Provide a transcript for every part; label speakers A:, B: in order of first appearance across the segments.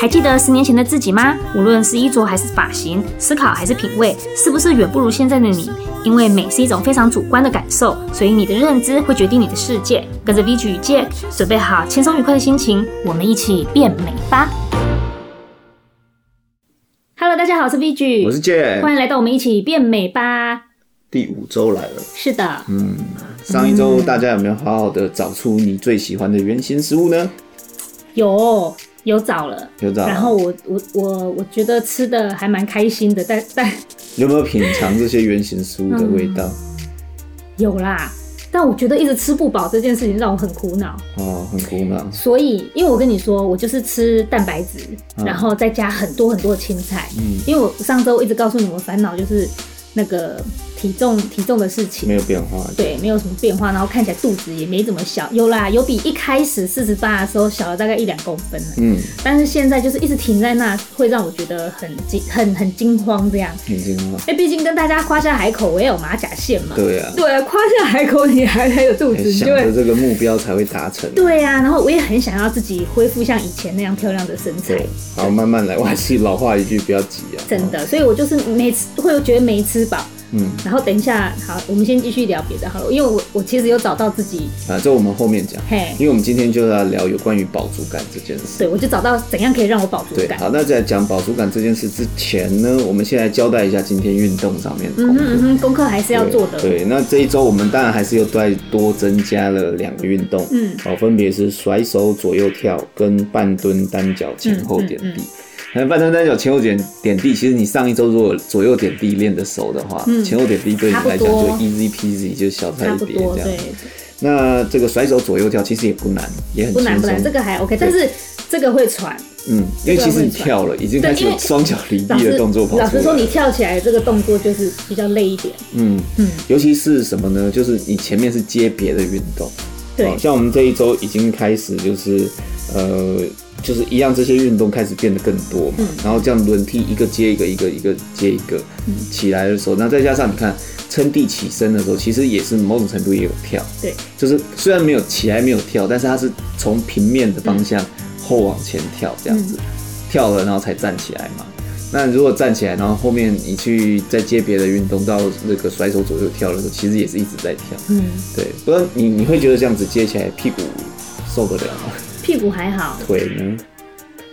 A: 还记得十年前的自己吗？无论是衣着还是发型，思考还是品味，是不是远不如现在的你？因为美是一种非常主观的感受，所以你的认知会决定你的世界。跟着 V G 与 Jack，准备好轻松愉快的心情，我们一起变美吧！Hello，大家好，我是 V G，
B: 我是 Jack，
A: 欢迎来到我们一起变美吧。
B: 第五周来了，
A: 是的，
B: 嗯，上一周大家有没有好好的找出你最喜欢的原型食物呢？
A: 有有找了，
B: 有找了
A: 然后我我我我觉得吃的还蛮开心的，但但
B: 有没有品尝这些原型食物的味道？
A: 有啦，但我觉得一直吃不饱这件事情让我很苦恼。
B: 哦，很苦恼。
A: 所以，因为我跟你说，我就是吃蛋白质，然后再加很多很多的青菜。
B: 嗯
A: 因为我上周一直告诉你们烦恼就是那个体重体重的事情
B: 没，有变化。
A: 对，没有什么变化，然后看起来肚子也没怎么小，有啦，有比一开始四十八的时候小了大概一两公分了。
B: 嗯，
A: 但是现在就是一直停在那，会让我觉得很惊、很很惊慌这样。
B: 眼睛啊，
A: 哎，毕竟跟大家夸下海口，我也有马甲线嘛。
B: 对 啊，
A: 对啊，夸下海口，你还还有肚子，
B: 哎
A: 你
B: 想
A: 就
B: 着
A: 会。
B: 这个目标才会达成。
A: 对啊，然后我也很想要自己恢复像以前那样漂亮的身材
B: 对，，好，慢慢来。我还是老话一句，不要急啊。
A: 真。的。所以我就是没吃，会觉得没吃饱。
B: 嗯，
A: 然后等一下，好，我们先继续聊别的好了，因为我我其实有找到自己，
B: 啊，这我们后面讲，
A: 嘿
B: 因为我们今天就要聊有关于饱足感这件事。
A: 对我就找到怎样可以让我饱足
B: 对，
A: 感。
B: 好，那在讲饱足感这件事之前呢，我们先来交代一下今天运动上面的
A: 嗯
B: 功
A: 哼
B: 课。
A: 嗯哼，功课还是要做的。
B: 对，对那这一周我们当然还是又再多增加了两个运动，
A: 嗯
B: 好，分别是甩手左右跳跟半蹲单脚前后点
A: 嗯嗯
B: 地。那半蹲单脚前后点点地，其实你上一周如果左右点地练得熟的话，
A: 嗯
B: 前后点地对你
A: 差不
B: 来讲就
A: 多
B: easy peasy，就小菜
A: 差
B: 一
A: 不
B: 碟
A: 多，
B: 这样
A: 对。，
B: 那这个甩手左右跳其实也不难，也很
A: 不
B: 轻
A: 难不难，这
B: 松。
A: 个还 OK，但是这个会喘。
B: 嗯，因为其实你
A: 这个会喘
B: 跳了，已经开始
A: 对因
B: 有
A: 为
B: 双脚离
A: 老
B: 地的
A: 师
B: 动作跑出来
A: 老
B: 了。
A: 实说，你跳起来这个动作就是比较累一点。
B: 嗯，
A: 嗯，
B: 尤其是什么呢？就是你前面是接别的运动，
A: 对
B: 哦，像我们这一周已经开始就是，呃，就是一样这些运动开始变得更多嘛，然后这样轮替一个接一个，一个一个接一个、起来的时候，那再加上你看撑地起身的时候，其实也是某种程度也有跳，
A: 对，
B: 就是虽然没有起来没有跳，但是它是从平面的方向后往前跳这样子，跳了然后才站起来嘛。那如果站起来，然后后面你去再接别的运动，到那个甩手左右跳的时候，其实也是一直在跳。
A: 嗯，
B: 对，不然你你会觉得这样子接起来屁股受得了吗？
A: 屁股还好，
B: 腿呢？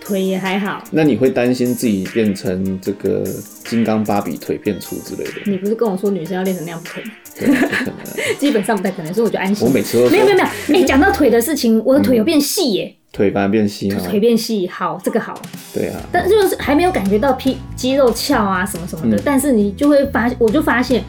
A: 腿也还好。
B: 那你会担心自己变成这个金刚芭比腿变粗之类的？
A: 你不是跟我说女生要练成那样不可能，
B: 对，不可能啊。
A: 基本上不太可能，所以我就安心。
B: 我每次都
A: 没有没有
B: 说嗯
A: 没有， 哎、讲到腿的事情，我的腿有变细耶、
B: 腿反而变细啊。
A: 腿变细，好，这个好，
B: 对啊，
A: 但就是还没有感觉到皮肌肉翘啊什么什么的，
B: 嗯
A: 但是你就会发，我就发现，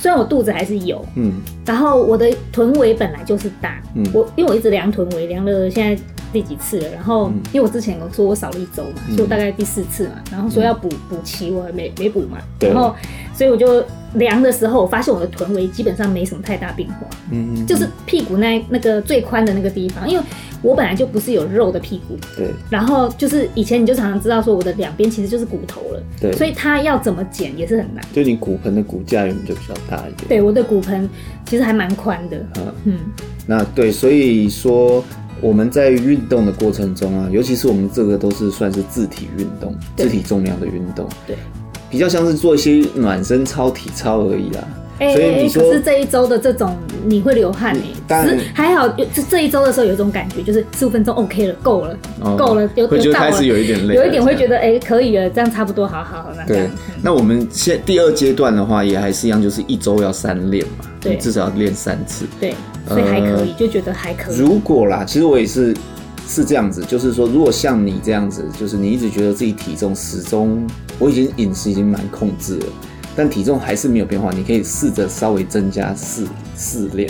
A: 虽然我肚子还是有，
B: 嗯
A: 然后我的臀围本来就是大，
B: 嗯
A: 我因为我一直量臀围，量了现在第几次了，然后、
B: 嗯
A: 因为我之前有说我少了一周嘛，
B: 嗯
A: 所以我大概第四次嘛，然后说要补补齐，我还没没补嘛，
B: 对
A: 然后所以我就量的时候，我发现我的臀围基本上没什么太大变化，
B: 嗯，嗯
A: 就是屁股那那个最宽的那个地方，因为我本来就不是有肉的屁股，
B: 对
A: 然后就是以前你就常常知道说我的两边其实就是骨头了，
B: 对，
A: 所以它要怎么减也是很难。
B: 就你骨盆的骨架原本就比较大一点。
A: 对，我的骨盆其实还蛮宽的，
B: 啊，
A: 嗯。
B: 那对，所以说我们在运动的过程中啊，尤其是我们这个都是算是自体运动、
A: 对
B: 自体重量的运动，
A: 对，
B: 比较像是做一些暖身操、体操而已啦。
A: 哎、
B: 所以你说
A: 可是这一周的这种你会流汗
B: 嗯
A: 哎、
B: 当
A: 只
B: 然
A: 是还好，这这一周的时候有一种感觉，就是十五分钟 OK 了，够了，
B: 哦
A: 够、了，有
B: 会觉
A: 有
B: 得
A: 到
B: 开
A: 了，
B: 始有一点累了，
A: 有一点会觉得
B: 得。
A: 哎、可以了，这样差不多，好好好，那这
B: 对
A: 样，嗯，
B: 那我们现第二阶段的话，也还是一样，就是一周要三练嘛，
A: 对
B: 你至少要练三次。
A: 对，所以还可以，
B: 呃
A: 就觉得还可以，
B: 如果啦，其实我也是是这样子，就是说，如果像你这样子，就是你一直觉得自己体重始终，我已经饮食已经蛮控制了，但体重还是没有变化，你可以试着稍微增加四四练，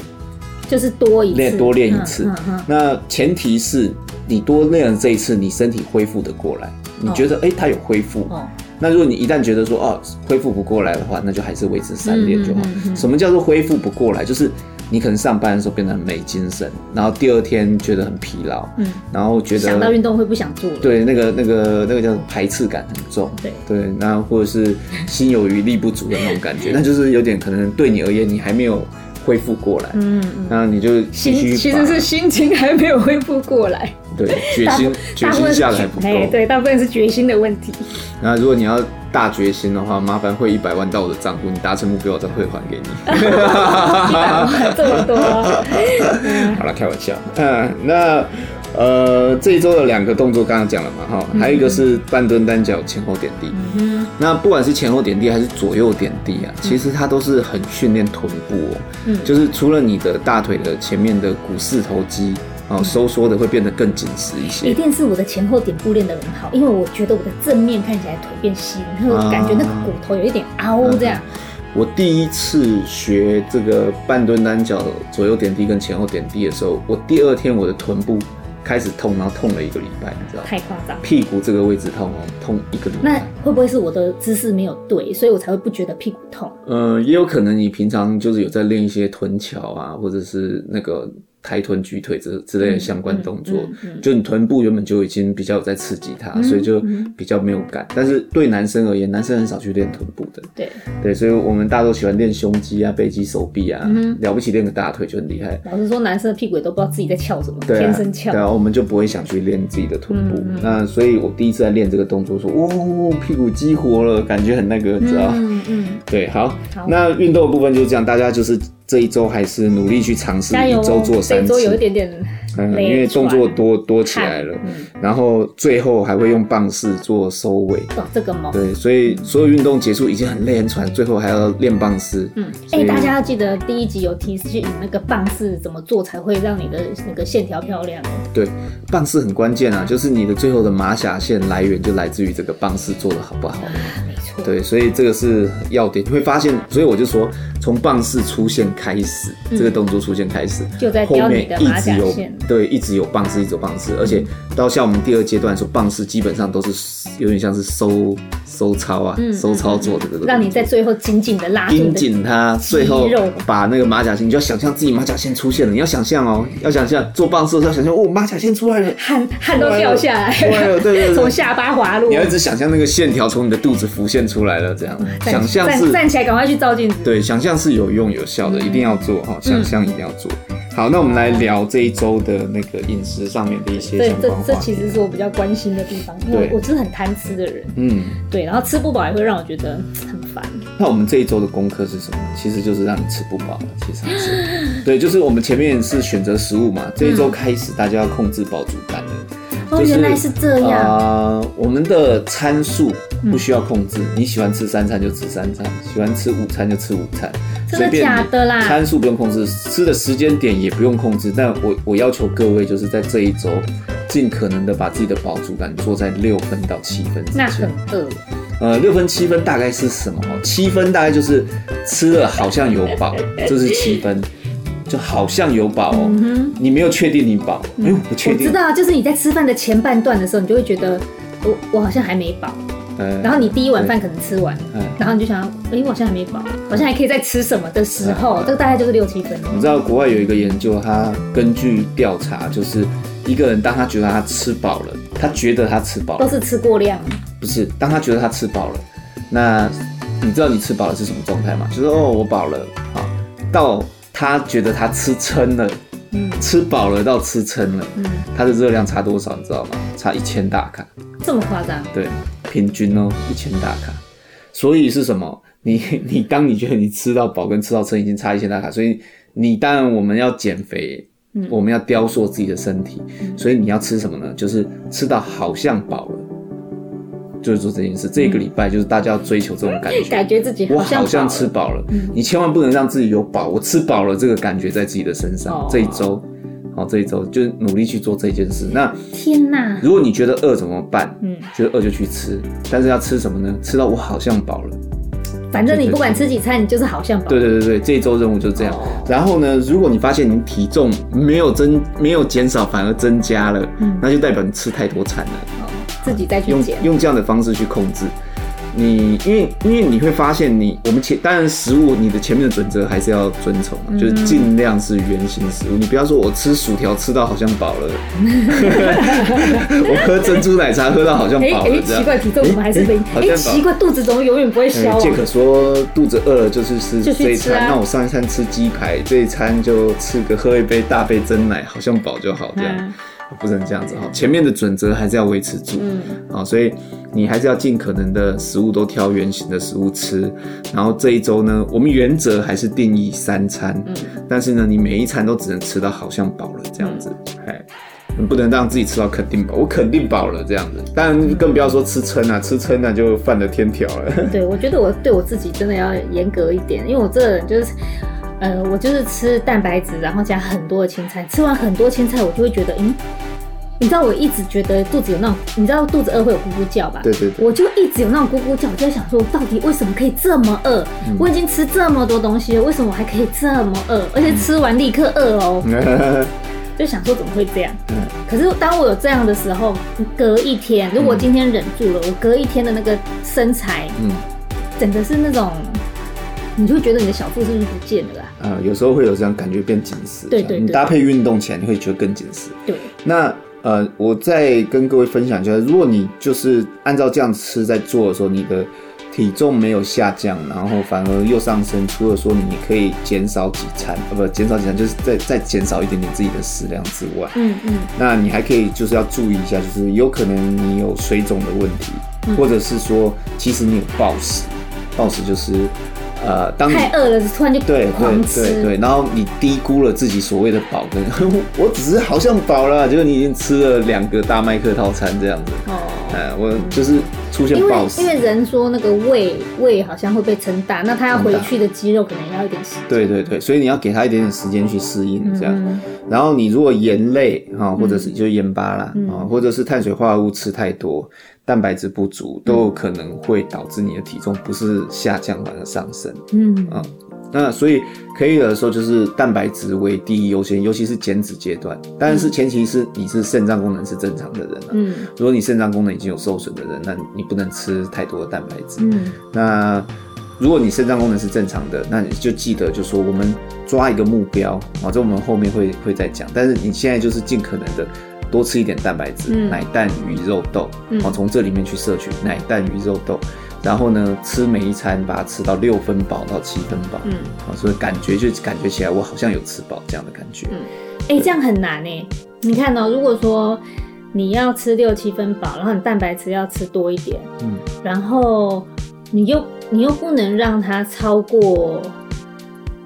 A: 就是多一次，
B: 练多练一次。
A: 嗯嗯嗯
B: 那前提是你多练了这一次，你身体恢复的过来，你觉得哎、诶它有恢复，
A: 哦，
B: 那如果你一旦觉得说哦恢复不过来的话，那就还是维持三练就好。
A: 嗯嗯嗯嗯
B: 什么叫做恢复不过来？就是你可能上班的时候变得很没精神，然后第二天觉得很疲劳，
A: 嗯，
B: 然后觉
A: 想到
B: 得
A: 运动会不想做了，
B: 对那个那个那个叫什么排斥感很重，
A: 对
B: 对， 那或者是心有余力不足的那种感觉，那就是有点可能对你而言你还没有。恢复过来，
A: 嗯嗯，
B: 那你就必须
A: 心其实
B: 把
A: 是心情还没有恢复过来，
B: 对决心决
A: 大部
B: 心
A: 分是
B: 下的还不够。
A: 哎，对，大部分是决心的 问题。
B: 那如果你要大决心的话，麻烦汇一百万到我的账户，你达成目标我再汇还给你。
A: 一百万这么多，
B: 好了，开玩笑。嗯，那呃这一周的两个动作刚刚讲了嘛，哈，还有一个是半蹲单脚前后点地。
A: 嗯
B: 那不管是前后点地还是左右点地啊，其实它都是很训练臀部哦。
A: 嗯
B: 就是除了你的大腿的前面的股四头肌哦收缩的会变得更紧实一
A: 嗯一
B: 些。
A: 定是我的前后点部练得很好，因为我觉得我的正面看起来腿变细，然后感觉那个骨头有一点凹这
B: 嗯
A: 样。
B: 我第一次学这个半蹲单脚左右点地跟前后点地的时候，我第二天我的臀部开始痛，然后痛了一个礼拜，你知道吗？
A: 太夸张。
B: 屁股这个位置痛哦，痛一个礼
A: 那
B: 拜。
A: 会不会是我的姿势没有对，所以我才会不觉得屁股痛？
B: 呃，也有可能你平常就是有在练一些臀桥啊，或者是那个抬臀举腿之之类的相关动作，
A: 嗯嗯嗯
B: 就你臀部原本就已经比较有在刺激它，
A: 嗯
B: 所以就
A: 嗯
B: 比较没有感。但是对男生而言，男生很少去练臀部的，
A: 对，
B: 对，所以我们大多喜欢练胸肌啊、背肌、手臂啊，
A: 嗯
B: 了不起练个大腿就很厉害。
A: 老实说，男生的屁股也都不知道自己在翘什么，
B: 对
A: 天
B: 啊，
A: 生翘
B: 对。啊，我们就不会想去练自己的臀部。
A: 嗯嗯
B: 那所以，我第一次在练这个动作，说，哇、屁股激活了，感觉很那个，你知道？
A: 嗯嗯，
B: 对，好，
A: 好
B: 那运动的部分就是这样，大家就是这一周还是努力去尝试，
A: 加油
B: 一周
A: 哦！
B: 做
A: 这
B: 三
A: 一周有一
B: 次，
A: 点点
B: 嗯，
A: 累
B: 因为动作
A: 出来
B: 多多起
A: 汗
B: 来了，
A: 嗯，
B: 然后最后还会用棒式做收尾，
A: 哇，这个猛。
B: 对，所以所有运动结束已经很累很喘，最后还要练棒式，
A: 嗯，
B: 所
A: 哎、
B: 以
A: 大家要记得第一集有提示你那个棒是怎么做才会让你的那个线条漂亮哦。
B: 对，棒式很关键啊，就是你的最后的马甲线来源就来自于这个棒式做的好不好。
A: 没错，
B: 对，所以这个是要点，你会发现，所以我就说，从棒式出现开始，这个动作出现开始，
A: 就在
B: 后
A: 雕你
B: 面
A: 的
B: 一
A: 马
B: 直
A: 甲
B: 有
A: 线。
B: 对，一直有棒式，一直有棒式，而且到像我们第二阶段的时候，棒式基本上都是有点像是收收操啊，
A: 嗯
B: 收操做这个动作，
A: 让你在最后紧紧的拉住
B: 盯
A: 你的。
B: 紧它，最后
A: 肌肉
B: 把那个马甲线，你就要想象自己马甲线出现了，你要想象哦，要想象做棒式的时候要想象哦，马甲线出来了，
A: 汗汗都掉下
B: 出来了，
A: 来，
B: 对对对，
A: 从下巴滑落
B: 你。要一直想象那个线条从你的肚子浮现出来了，这样
A: 站
B: 想象
A: 站
B: 是
A: 站起来，赶快去照镜子。
B: 对，想象是有用有效
A: 嗯
B: 的，一定要做哈，想象一定要做。好，那我们来聊这一周的那个饮食上面的一些
A: 这
B: 相
A: 这
B: 关话
A: 这
B: 题
A: 其实是我比较关心的地方，因为
B: 对
A: 我我是很贪吃的人，
B: 嗯，
A: 对，然后吃不饱也会让我觉得很烦。
B: 那我们这一周的功课是什么？其实就是让你吃不饱，其实还 是对，就是我们前面是选择食物嘛，这
A: 嗯
B: 一周开始大家要控制饱足感了。
A: 哦，
B: 就是
A: 原来是这样，
B: 啊、我们的参数
A: 嗯
B: 不需要控制，你喜欢吃三餐就吃三餐，喜欢吃午餐就吃午餐，
A: 真的假的啦
B: 呃随便你参数不用控制，吃的时间点也不用控制。但我我要求各位就是在这一周，尽可能的把自己的饱足感做在六分到七分之
A: 那
B: 间
A: 很。饿。
B: 呃，六分七分大概是什么？七分大概就是吃了好像有饱， 这是七分，就好像有饱哦。
A: 嗯
B: 你没有确定你饱，哎呦，不
A: 哼，
B: 确
A: 我知
B: 定。
A: 道，就是你在吃饭的前半段的时候，你就会觉得我我好像还没饱，
B: 呃
A: 然后你第一碗饭可能吃完，
B: 嗯
A: 然后你就想，哎，我好像还没饱，好像还可以再吃什么的时候，
B: 嗯
A: 这个大概就是六七分钟。
B: 你知道国外有一个研究，他根据调查，就是一个人当他觉得他吃饱了，他觉得他吃饱
A: 都
B: 了，
A: 是吃过量，
B: 不是当他觉得他吃饱了，那你知道你吃饱了是什么状态吗？就是哦，我饱了啊，到他觉得他吃撑了，
A: 嗯
B: 吃饱了到吃撑了，
A: 嗯，
B: 他的热量差多少你知道吗？差一千大卡。
A: 这么夸张？
B: 对，平均哦，一千大卡。所以是什么？你 你当你觉得你吃到饱跟吃到撑已经差一千大卡，所以你当然我们要减肥，
A: 嗯
B: 我们要雕塑自己的身体，所以你要吃什么呢？就是吃到好像饱了，就是做这件事。这一个礼拜就是大家要追求这种感觉。
A: 感觉自己
B: 我
A: 好像
B: 嗯好像
A: 饱了
B: 吃饱了，嗯你千万不能让自己有饱，我吃饱了这个感觉在自己的身上。
A: 哦
B: 这一周，好，这一周就是努力去做这件事。那
A: 天哪！
B: 如果你觉得饿怎么办？
A: 嗯，
B: 觉得饿就去吃，但是要吃什么呢？吃到我好像饱了。
A: 反正你不管吃几餐，你就是好像饱。哦
B: 对对对对，这一周任务就这样。然后呢，如果你发现你体重没有增，没有减少，反而增加了，
A: 嗯
B: 那就代表你吃太多餐了。
A: 自己再去
B: 用
A: 减。
B: 用这样的方式去控制。你因为因为你会发现你我们前当然食物你的前面的准则还是要遵从
A: 嗯
B: 嘛，就是尽量是原形食物，你不要说我吃薯条吃到好像饱 了， 我喝珍珠奶茶喝到好像
A: 哎
B: 饱了
A: 哎，
B: 这
A: 奇
B: 样。
A: 怪，体重我们还是没
B: 哎哎好像
A: 哎，
B: 吧
A: 奇怪，肚子怎么永远不会消
B: 哎
A: 啊？
B: 杰克说肚子饿了就是吃
A: 就去
B: 这一
A: 吃啊
B: 餐，那我上一餐吃鸡排，这一餐就吃个喝一杯大杯真奶，好像饱就好这样，哦
C: 嗯
B: 不能这样子哈。前面的准则还是要维持住。
A: 嗯，
B: 啊、所以你还是要尽可能的食物都挑圆形的食物吃。然后这一周呢，我们原则还是定义三餐，
A: 嗯
B: 但是呢，你每一餐都只能吃到好像饱了这样子，
A: 嗯
B: 哎、你不能让自己吃到肯定饱，我肯定饱了这样子。当然更不要说吃撑啊，吃撑啊就犯了天条了。
A: 对，我觉得我对我自己真的要严格一点，因为我这个人就是。呃，我就是吃蛋白质，然后加很多的青菜。吃完很多青菜，我就会觉得，嗯，你知道我一直觉得肚子有那种，你知道肚子饿会有咕咕叫吧？
B: 对对对，
A: 我就一直有那种咕咕叫，我就在想说，我到底为什么可以这么饿？
B: 嗯
A: 我已经吃这么多东西了，为什么我还可以这么饿？而且吃完立刻饿哦，
B: 呃
A: 就想说怎么会这样？
B: 嗯
A: 可是当我有这样的时候，隔一天，如果今天忍住了，我隔一天的那个身材，
B: 嗯
A: 整个是那种，你就会觉得你的小腹是不是不见了啊？
B: 啊、有时候会有这样感觉变紧实，
A: 对对
B: 你
A: 对
B: 搭配运动起来你会觉得更紧实。
A: 对，
B: 那呃，我再跟各位分享一下，如果你就是按照这样吃在做的时候，你的体重没有下降，然后反而又上升，除了说你可以减少几餐，呃，不，减少几餐就是再再减少一点点自己的食量之外，
A: 嗯嗯
B: 那你还可以就是要注意一下，就是有可能你有水肿的问题，
A: 嗯
B: 或者是说其实你有暴食，暴食就是呃，当你
A: 太饿了，突然就
B: 对
A: 狂
B: 对
A: 吃，
B: 对对，然后你低估了自己所谓的饱跟， 我只是好像饱了，结果你已经吃了两个大麦克套餐这样子，
A: 哦。
B: 呃，我就是出现
A: 因为
B: 暴食
A: 因，为人说那个胃胃好像会被撑大，那他要
B: 撑
A: 回
B: 大
A: 去的肌肉可能也要一点时间。
B: 对对对，所以你要给他一点点时间去适应这样。
A: 嗯
B: 然后你如果盐类哈，或者是就是盐巴啦啊、
A: 嗯
B: 或者是碳水化合物吃太多，蛋白质不足，都有可能会导致你的体重不是下降反而上升。
A: 嗯
B: 啊那所以可以的时候，就是蛋白质为第一优先，尤其是减脂阶段。但是前提是你是肾脏功能是正常的人啊。
A: 嗯
B: 如果你肾脏功能已经有受损的人，那你不能吃太多的蛋白质。
A: 嗯
B: 那如果你肾脏功能是正常的，那你就记得就说我们抓一个目标啊，这我们后面会会再讲。但是你现在就是尽可能的多吃一点蛋白质，
A: 嗯
B: 奶蛋鱼肉豆
A: 嗯
B: 啊，从这里面去摄取奶蛋鱼肉豆。然后呢，吃每一餐把它吃到六分饱到七分饱，
A: 嗯，
B: 啊，所以感觉就感觉起来我好像有吃饱这样的感觉。
A: 嗯哎、这样很难哎、你看哦，如果说你要吃六七分饱，然后你蛋白质要吃多一点，
B: 嗯，
A: 然后你又你又不能让它超过，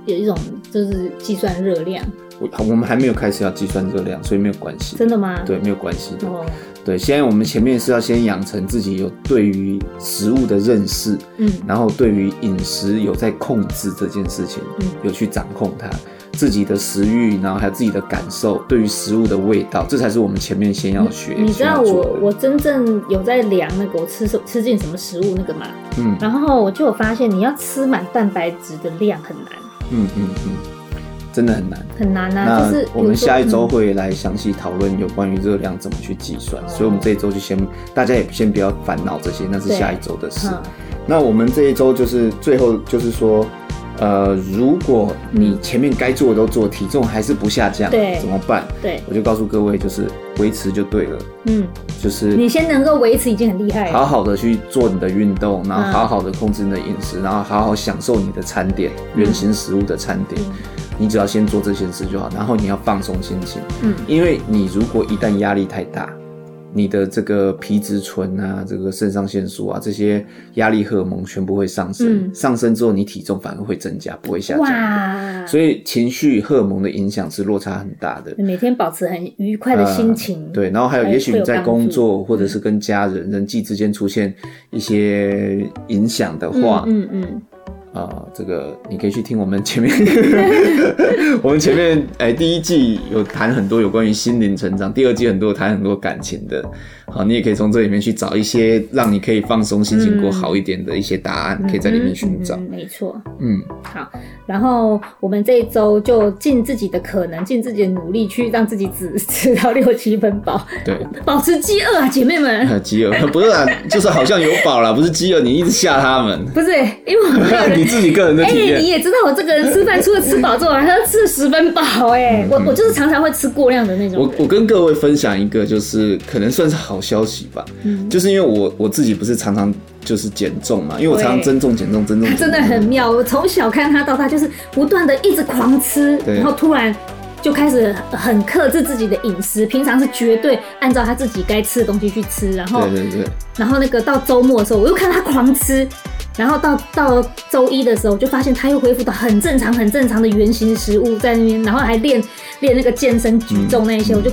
A: 有一种就是计算热量，
B: 我我们还没有开始要计算热量，所以没有关系。
A: 真的吗？
B: 对，没有关系的。
A: 哦，
B: 对，现在我们前面是要先养成自己有对于食物的认识，
A: 嗯
B: 然后对于饮食有在控制这件事情，
A: 嗯
B: 有去掌控它自己的食欲，然后还有自己的感受，对于食物的味道，这才是我们前面先要学。
A: 嗯你知
B: 先
A: 道
B: 要做
A: 我
B: 的
A: 我真正有在量那个我吃什吃进什么食物那个嘛，
B: 嗯
A: 然后我就有发现你要吃满蛋白质的量很难
B: 嗯嗯嗯，真的很难。
A: 很难啊，
B: 那
A: 就是
B: 我
A: 比如
B: 们
A: 说
B: 下一周
A: 嗯
B: 会来详细讨论有关于热量怎么去计算，所以我们这一周就先大家也先不要烦恼这些，那是
A: 对
B: 下一周的事。
A: 嗯
B: 那我们这一周就是最后就是说，呃，如果你前面该做的都做，体重还是不下降，
A: 对
B: 怎么办？
A: 对，
B: 我就告诉各位，就是维持就对了，
A: 嗯，
B: 就是
A: 你先能够维持已经很厉害
B: 好
A: 了，
B: 好的去做你的运动，然
A: 嗯
B: 后好好的控制你的饮食，然后好好享受你的餐点，原型食物的餐点
A: 嗯。
B: 你只要先做这件事就好，然后你要放松心情，
A: 嗯
B: 因为你如果一旦压力太大，你的这个皮质醇啊，这个肾上腺素啊，这些压力荷尔蒙全部会上升，
A: 嗯
B: 上升之后你体重反而会增加，不会下降。
A: 哇，
B: 所以情绪荷尔蒙的影响是落差很大的。啊
A: 每天保持很愉快的心情，
B: 呃对，然后还有，
A: 会
B: 也许你在工
A: 会有
B: 作
A: 帮助嗯
B: 或者是跟家人、人际之间出现一些影响的话，
A: 嗯嗯嗯，
B: 呃，这个你可以去听我们前面， 我们前面哎、第一季有谈很多有关于心灵成长，第二季很多有谈很多感情的，好，你也可以从这里面去找一些让你可以放松、心情过好一点的一些答案，可以在里面寻找
A: 嗯。没错。
B: 嗯，
A: 然后我们这一周就尽自己的可能，尽自己的努力去让自己只吃到六七分饱，
B: 嗯对，
A: 保持饥饿啊，姐妹们。
B: 还有饥饿， 不是啊，就是好像有饱了，不是饥饿，你一直吓他们，
A: 不是，因为我个人
B: 你自己个人的
A: 哎、
B: 体验。
A: 你也知道我这个人吃饭除了吃饱之外，还要吃十分饱哎、我我就是常常会吃过量的那种
B: 嗯我
A: 人。
B: 我跟各位分享一个，就是可能算是好消息吧，
A: 嗯
B: 就是因为我我自己不是常常就是减重嘛，因为我常常
A: 对
B: 增重减重增重，减 重
A: 真的很妙，我从小看他到大，就是不断的一直狂吃，
B: 对
A: 然后突然就开始很克制自己的饮食，平常是绝对按照他自己该吃的东西去吃，然后
B: 对对对，
A: 然后那个到周末的时候，我又看他狂吃，然后到到周一的时候，我就发现他又恢复到很正常、很正常的原型食物在那边，然后还练练那个健身、举重那一
B: 嗯
A: 些，我就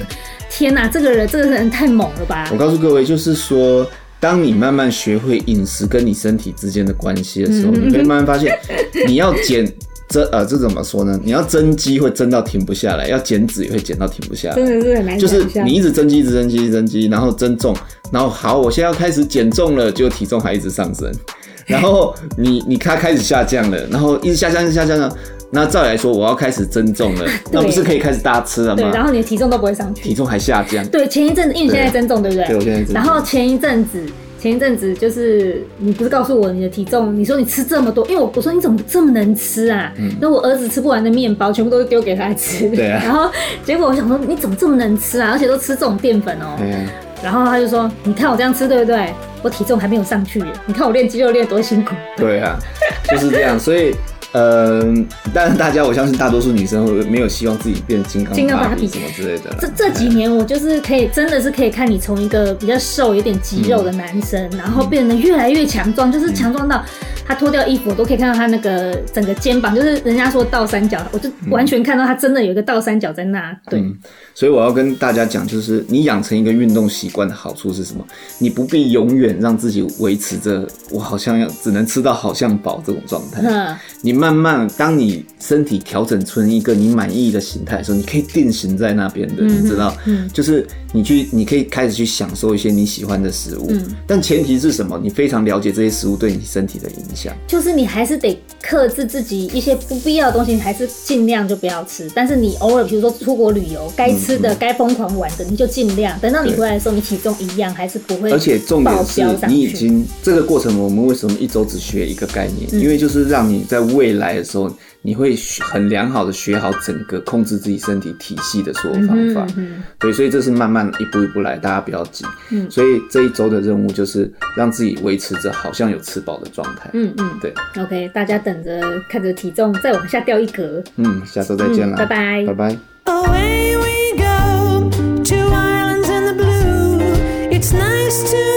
A: 天哪，这个人这个人太猛了吧
B: 我！告诉各位，就是说，当你慢慢学会饮食跟你身体之间的关系的时候，
A: 嗯
B: 你可以慢慢发 现，你要减增呃，这怎么说呢？你要增肌会增到停不下来，要减脂也会减到停不下来。
A: 的是很难
B: 呃就是
A: 想象
B: 你一直增肌，一直增肌，一直增肌，然后增重，然后好，我现在要开始减重了，结果体重还一直上升，然后你你它开始下降了，然后一直下降，一直下降了，那照理来说我要开始增重了，那不是可以开始大吃了
A: 对，然
B: 吗？
A: 后你的体重都不会上去
B: 体。重还下降，
A: 对，前一阵子因为你现在增重，对不对？
B: 对我现在增重
A: 然后前一阵子，前一阵子就是你不是告诉我你的体重，你说你吃这么多，因为我我说你怎么这么能吃啊？那、我儿子吃不完的面包全部都是丢给他吃。
B: 嗯对啊
A: 然后结果我想说你怎么这么能吃啊？而且都吃这种淀粉哦、
B: 哎呀，
A: 然后他就说你看我这样吃对不对？我体重还没有上去耶，你看我练肌肉练多辛苦。
B: 对啊，就是这样，所以。嗯，但是大家，我相信大多数女生会没有希望自己变金刚
A: 金刚芭
B: 芭比
A: 比
B: 什么之类的啦。
A: 这这几年我就是可以，真的是可以看你从一个比较瘦、有点肌肉的男生，
B: 嗯
A: 然后变得越来越强壮，就是强壮到他脱掉衣服，我都可以看到他那个整个肩膀，就是人家说倒三角，我就完全看到他真的有一个倒三角在那。对，
B: 嗯所以我要跟大家讲，就是你养成一个运动习惯的好处是什么？你不必永远让自己维持着我好像要只能吃到好像饱这种状态。
A: 嗯，
B: 你慢慢，当你身体调整成一个你满意的形态的时候，你可以定型在那边的，
A: 嗯哼
B: 你知道？
A: 嗯
B: 就是你去，你可以开始去享受一些你喜欢的食物，
A: 嗯
B: 但前提是什么？你非常了解这些食物对你身体的影响。
A: 就是你还是得克制自己一些不必要的东西，你还是尽量就不要吃。但是你偶尔，比如说出国旅游，该吃的、该疯狂玩的，你就尽量。等到你
B: 嗯对
A: 回来的时候，你体重一样还是不会
B: 而且重
A: 爆
B: 点是
A: 飙嗯上去，
B: 你已经这个过程，我们为什么一周只学一个概念？
A: 嗯
B: 因为就是让你在未来的时候，你会学很良好的学好整个控制自己身体体系的所有方
A: 嗯
B: 法。
A: 哼嗯
B: 对，所以这是慢慢一步一步来，大家不要急。
A: 嗯
B: 所以这一周的任务就是让自己维持着好像有吃饱的状态。
A: 嗯嗯。
B: 对，
A: OK，大家等着看着体重再往下掉一格。
B: 嗯，下周再见
A: 嗯
B: 啦，
A: 拜拜
B: 拜拜。
D: Away we go to islands in the blue. It's nice to